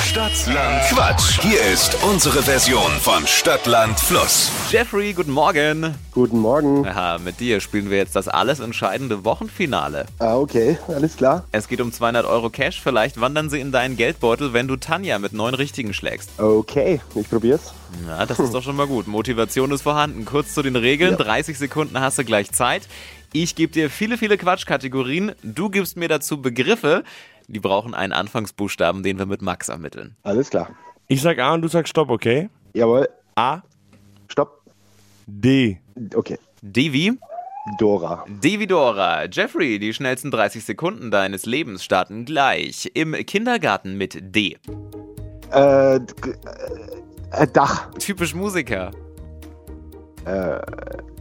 Stadtland Quatsch. Hier ist unsere Version von Stadtland Fluss. Jeffrey, guten Morgen. Guten Morgen. Aha, mit dir spielen wir jetzt das alles entscheidende Wochenfinale. Ah, okay, alles klar. Es geht um 200 Euro Cash. Vielleicht wandern sie in deinen Geldbeutel, wenn du Tanja mit neun Richtigen schlägst. Okay, ich probier's. Na, das ist doch schon mal gut. Motivation ist vorhanden. Kurz zu den Regeln. 30 Sekunden hast du gleich Zeit. Ich gebe dir viele, viele Quatschkategorien. Du gibst mir dazu Begriffe. Die brauchen einen Anfangsbuchstaben, den wir mit Max ermitteln. Alles klar. Ich sag A und du sagst Stopp, okay? Jawohl. A, Stopp. D. Okay. Devi, Dora. Devidora, Jeffrey, die schnellsten 30 Sekunden deines Lebens starten gleich. Im Kindergarten mit D. Äh, d- äh, äh, Dach. Typisch Musiker.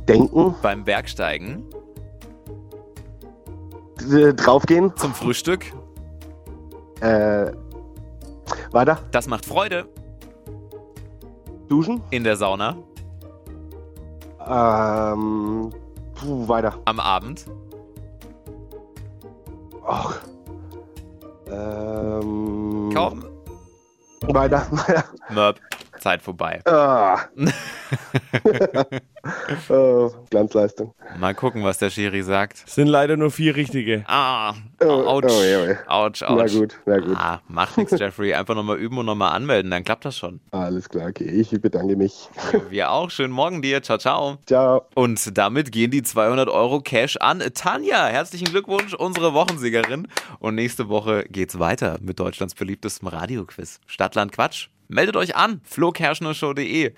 Denken. Beim Bergsteigen. D Äh, draufgehen. Zum Frühstück. Äh, weiter. Das macht Freude. Duschen. In der Sauna. Ähm, puh, weiter. Am Abend. Och. Ähm, Kaum. Weiter, weiter. Mörb. Zeit vorbei. Ah. äh, Glanzleistung. Mal gucken, was der Schiri sagt. Sind leider nur vier richtige. Ah, Oh, ouch, oh, ja, ja. ouch, ouch. Na gut, na gut. Ah, macht nichts, Jeffrey. Einfach nochmal üben und nochmal anmelden, dann klappt das schon. Alles klar, okay. Ich bedanke mich. Wir auch. Schönen Morgen dir. Ciao, ciao. Ciao. Und damit gehen die 200 Euro Cash an Tanja. Herzlichen Glückwunsch, unsere Wochensiegerin. Und nächste Woche geht's weiter mit Deutschlands beliebtestem Radioquiz. Stadtland Quatsch. Meldet euch an, flokerschnershow.de.